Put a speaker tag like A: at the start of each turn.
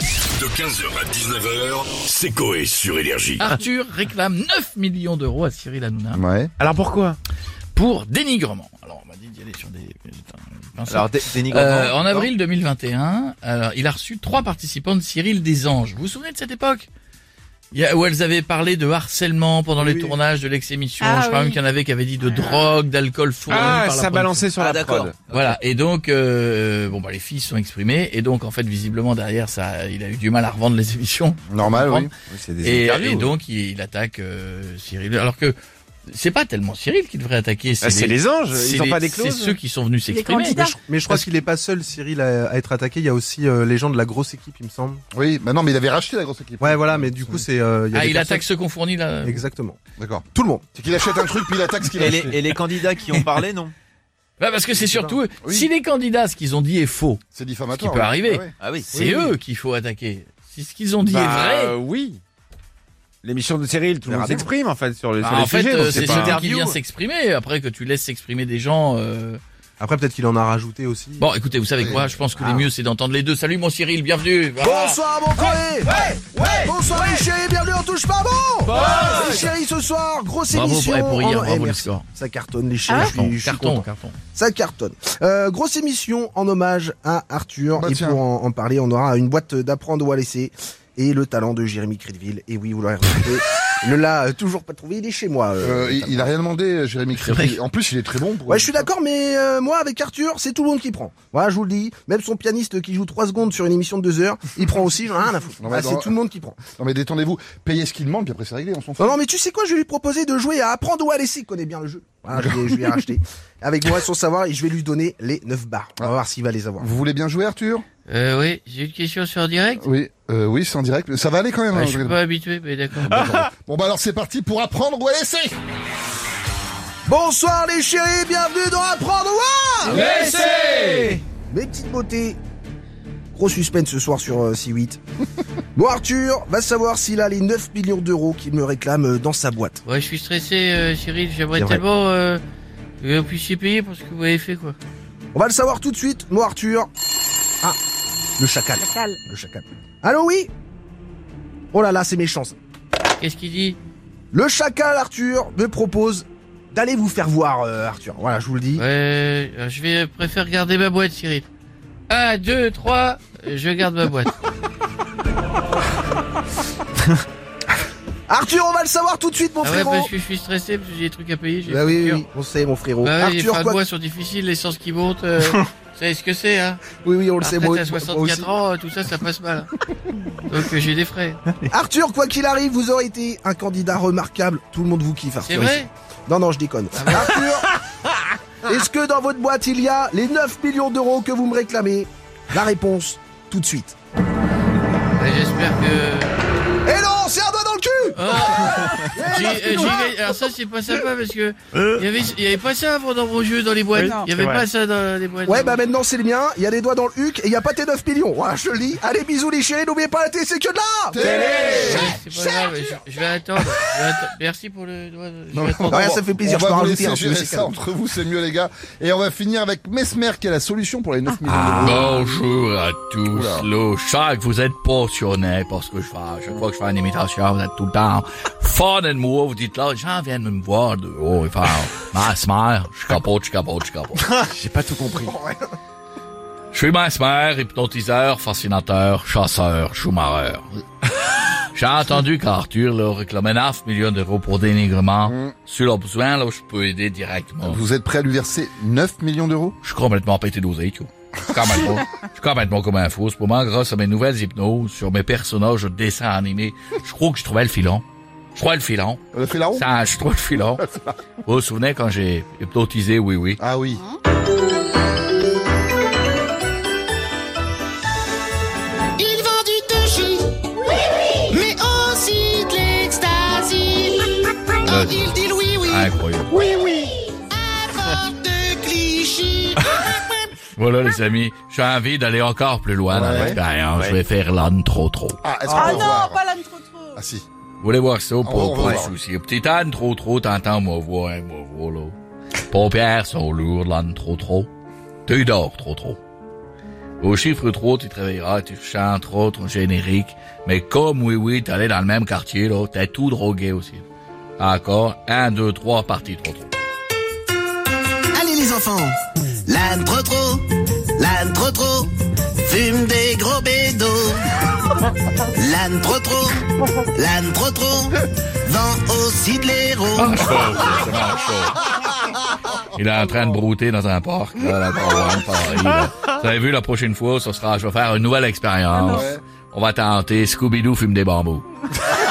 A: De 15h à 19h, c'est Coé sur Énergie.
B: Arthur réclame 9 millions d'euros à Cyril Hanouna
C: Ouais.
D: Alors pourquoi
B: pour dénigrement. Alors, on m'a dit d'y aller sur des... putain, des pinceaux.
C: Alors, dé- dénigrement.
B: Euh, en avril 2021, alors, il a reçu trois participants de Cyril Desanges. Vous vous souvenez de cette époque Il y a- Où elles avaient parlé de harcèlement pendant les tournages de l'ex-émission.
E: Ah
B: Je crois
E: oui.
B: même qu'il y en avait qui avaient dit de drogue, d'alcool fourni par
D: Ah,
B: la
D: ça
B: production.
D: balançait sur
C: Ah,
D: la
C: d'accord.
D: prod.
B: Voilà. Et donc, euh, bon, bah, les filles se sont exprimées. Et donc, en fait, visiblement, derrière, ça, il a eu du mal à revendre les émissions.
C: Normal, oui.
B: comprendre.
C: Oui, C'est des
B: Et,
C: interviews.
B: et donc il, il attaque euh, Cyril. Alors que c'est pas tellement Cyril qui devrait attaquer,
D: Ah, C'est les anges,
B: c'est
D: ils ont
B: les-
D: pas des
B: C'est
D: clauses.
B: ceux qui sont venus s'exprimer.
E: candidats.
F: Mais je crois qu'il n'est pas seul, Cyril, à, à être attaqué. Il y a aussi euh, les gens de la grosse équipe, il me semble.
C: Oui, bah non, mais il avait racheté la grosse équipe.
F: Ouais, voilà, mais du coup, c'est. euh, y a
B: Ah,
F: des
B: il
F: personnes-
B: attaque ceux qu'on fournit là.
F: Exactement.
C: D'accord.
F: Tout le monde.
C: C'est qu'il achète un truc puis il attaque ce qu'il
G: Et
C: a
G: les,
C: acheté.
G: et les candidats qui ont parlé, non
B: Bah, parce que c'est surtout eux.
C: Oui.
B: si les candidats ce qu'ils ont dit est faux,
C: C'est diffamatoire.
B: Ce qui peut
C: ouais.
B: arriver.
C: Ah ouais.
G: Ah oui.
B: c'est eux qu'il faut attaquer. Si ce qu'ils ont dit est
D: Bah,
B: vrai,
D: euh, oui. L'émission de Cyril, tout le
C: Généralement.
D: monde s'exprime Ah, en fait sur le
B: bah,
D: sur les
B: en fait
D: sujets, donc
B: euh, c'est
D: pas-
B: celui qui vient s'exprimer. Après que tu laisses s'exprimer des gens. euh,
F: Après, peut-être qu'il en a rajouté aussi.
B: Bon, écoutez, vous savez
C: Oui.
B: quoi Je pense que le mieux c'est d'entendre les deux. Salut mon Cyril, bienvenue. Voilà.
H: Bonsoir mon collègue Bonsoir les chéris, bienvenue on touche pas bon Les chéris ce soir, grosse
B: Bravo
H: émission
B: pour, et pour hier,
H: en- eh,
B: bravo le
H: merci.
B: score.
H: Ça cartonne les chéris,
E: Ah ouais
H: je suis- je suis
B: Carton,
H: content.
B: carton.
H: ça cartonne. Euh, grosse émission en hommage à Arthur
C: Bah,
H: et
C: tiens.
H: pour en, en parler on aura une boîte d'apprendre ou à laisser et le talent de Jérémy Crédville. Et oui, vous l'aurez retrouvé. Il ne l'a euh, toujours pas trouvé, il est chez moi. euh,
C: Euh, il, il a rien demandé, euh, Jérémy
B: C'est vrai.
C: Crépi. En plus, il est très bon. Pour
H: Ouais, je suis d'accord, mais euh, moi, avec Arthur, c'est tout le monde qui prend. Voilà, je vous le dis. Même son pianiste qui joue 3 secondes sur une émission de 2 heures, il prend aussi, j'en ai rien à foutre.
C: Non, mais
H: Ah,
C: dans-
H: c'est tout le monde qui prend.
C: Non, mais détendez-vous. Payez ce qu'il demande, puis après, c'est réglé. On s'en fout.
H: Non, non, mais tu sais quoi, je vais lui proposer de jouer à Apprendre ou à laisser. Il connaît bien le jeu. Voilà, je l'ai- je lui ai racheté. Avec moi, son savoir, et je vais lui donner les 9 barres. On va voir s'il va les avoir.
C: Vous voulez bien jouer, Arthur
B: Euh, oui, j'ai une question sur direct.
C: Oui. Euh, oui, c'est en direct. mais Ça va aller quand même. hein, je-
B: habitué, mais d'accord.
C: Bon, bah alors, c'est parti pour apprendre ou à laisser.
H: Bonsoir les chéris, bienvenue dans Apprendre ou à Mes petites beautés. Gros suspense ce soir sur euh, C8. Bon, Arthur va savoir s'il a les 9 millions d'euros qu'il me réclame euh, dans sa boîte.
B: Ouais, je suis stressé, euh, Cyril. J'aimerais
H: C'est vrai.
B: tellement euh, que vous puissiez payer pour ce que vous avez fait, quoi.
H: On va le savoir tout de suite, mon Arthur. Ah, le chacal.
E: Chacal.
H: Le chacal. Allô, oui Oh là là, c'est méchant ça.
B: Qu'est-ce qu'il dit
H: Le chacal, Arthur, me propose d'aller vous faire voir, euh, Arthur. Voilà, je vous le dis.
B: Ouais, euh, je vais préfère garder ma boîte, Cyril. Un, deux, trois, euh, je garde ma boîte.
H: Arthur, on va le savoir tout de suite, mon
B: ah ouais,
H: frérot.
B: parce que je suis stressé, parce que j'ai des trucs à payer. J'ai des
H: Bah oui,
B: factures.
H: oui, on sait, mon frérot.
B: Bah ouais, les fins
H: Arthur,
B: de
H: quoi
B: mois sont difficiles, l'essence qui monte. euh, vous savez ce que c'est, hein
H: Oui, oui, on le
B: La
H: sait,
B: retraite
H: moi,
B: à
H: moi aussi.
B: 64 ans, euh, tout ça, ça passe mal. Donc euh, j'ai des frais.
H: Arthur, quoi qu'il arrive, vous aurez été un candidat remarquable. Tout le monde vous kiffe,
B: C'est
H: Arthur. ici.
B: vrai Ah
H: Non, non, je déconne. Arthur, est-ce que dans votre boîte, il y a les 9 millions d'euros que vous me réclamez La réponse, tout de suite.
B: Ouais, Bah, J'espère que...
H: Et Eh non, c'est un doigt dans le cul
B: Oh
H: Eh,
B: J'ai-
H: neuf
B: euh,
H: millions
B: j'ai- alors ça c'est pas sympa parce que il y avait il y avait pas ça avant dans mon jeu dans les boîtes.
E: Oui,
B: Il
E: non.
B: y avait
D: C'est
B: pas
D: vrai.
B: ça dans les boîtes.
H: Ouais, bah maintenant c'est le mien, il y a les doigts dans le huc et il y a pas tes 9 millions. Voilà, je le lis. Allez, bisous les chéris, n'oubliez pas la télé, c'est que de là
B: Ouais, c'est pas grave, je, je vais attendre. je vais atte- Merci pour le doigt. je vais
C: mais
B: attendre.
H: Ouais, ça fait plaisir,
C: on
H: je
C: va
H: peux
C: vous
H: rajouter
C: laisser
H: un peu,
C: gérer
H: c'est
C: ça
H: cadeau.
C: entre vous, c'est mieux les gars. Et on va finir avec Mesmer qui a la solution pour les 9 millions
B: Ah.
C: d'euros.
B: Bonjour à tous.
C: Oula.
B: Le chat que vous êtes passionnés parce que je fais, je crois que je fais une imitation, vous êtes tout le temps fun and moi, vous dites là, les gens viennent me voir de haut, ils font, Mesmer, je capote, je capote, je capote.
D: J'ai pas tout compris.
B: Je suis Mesmer, hypnotiseur, fascinateur, chasseur, schumareur. J'ai entendu qu'Arthur là, réclamait 9 millions d'euros pour dénigrement.
C: Mm.
B: Sur le besoin, là, je peux aider directement.
C: Vous êtes prêt à lui verser 9 millions d'euros
B: Je suis complètement pété dosé, tu vois. Je suis complètement, je suis complètement comme un fou. Pour moi, grâce à mes nouvelles hypnoses, sur mes personnages de dessins animés, je crois que je trouvais le filon. Je trouvais le filon.
C: On a fait la roue
B: Ça, je trouvais le filon. Vous vous souvenez quand j'ai hypnotisé, oui, oui.
C: Ah oui.
E: Hein
I: Il vend du toshi, mais aussi de l'extasie. Oh, il dit oui, oui,
B: Incroyable.
I: à force de clichés.
B: Voilà les amis, j'ai envie d'aller encore plus loin dans
C: Ah. Ouais.
B: l'expérience. Je vais faire l'âne trop trop.
C: Ah, est-ce qu'on
E: Ah
C: peut voir
E: non, pas l'âne trop trop.
C: Ah si.
B: Vous voulez voir ça
C: Ah, on
B: pour
C: va
B: pas de
C: voir.
B: souci. Petit âne trop trop, t'entends moi voix, hein, moi voix là. Paupières sont lourdes, l'âne trop trop. Tu dors trop trop. Au chiffre 3, tu travailleras, tu chantes trop ton générique. Mais comme oui, oui, t'allais dans le même quartier, là, t'es tout drogué aussi. Encore, 1, 2, 3, parti trop trop.
I: Allez les enfants, l'âne trop trop, l'âne trop trop, fume des gros bédos. L'âne trop trop, l'âne trop trop, vend aussi de l'héros.
B: Il est en train de brouter dans un parc, là, là, pour voir Paris, là. Vous avez vu, la prochaine fois, ce sera, je vais faire une nouvelle expérience.
C: Ah
B: On va tenter Scooby-Doo fume des bambous.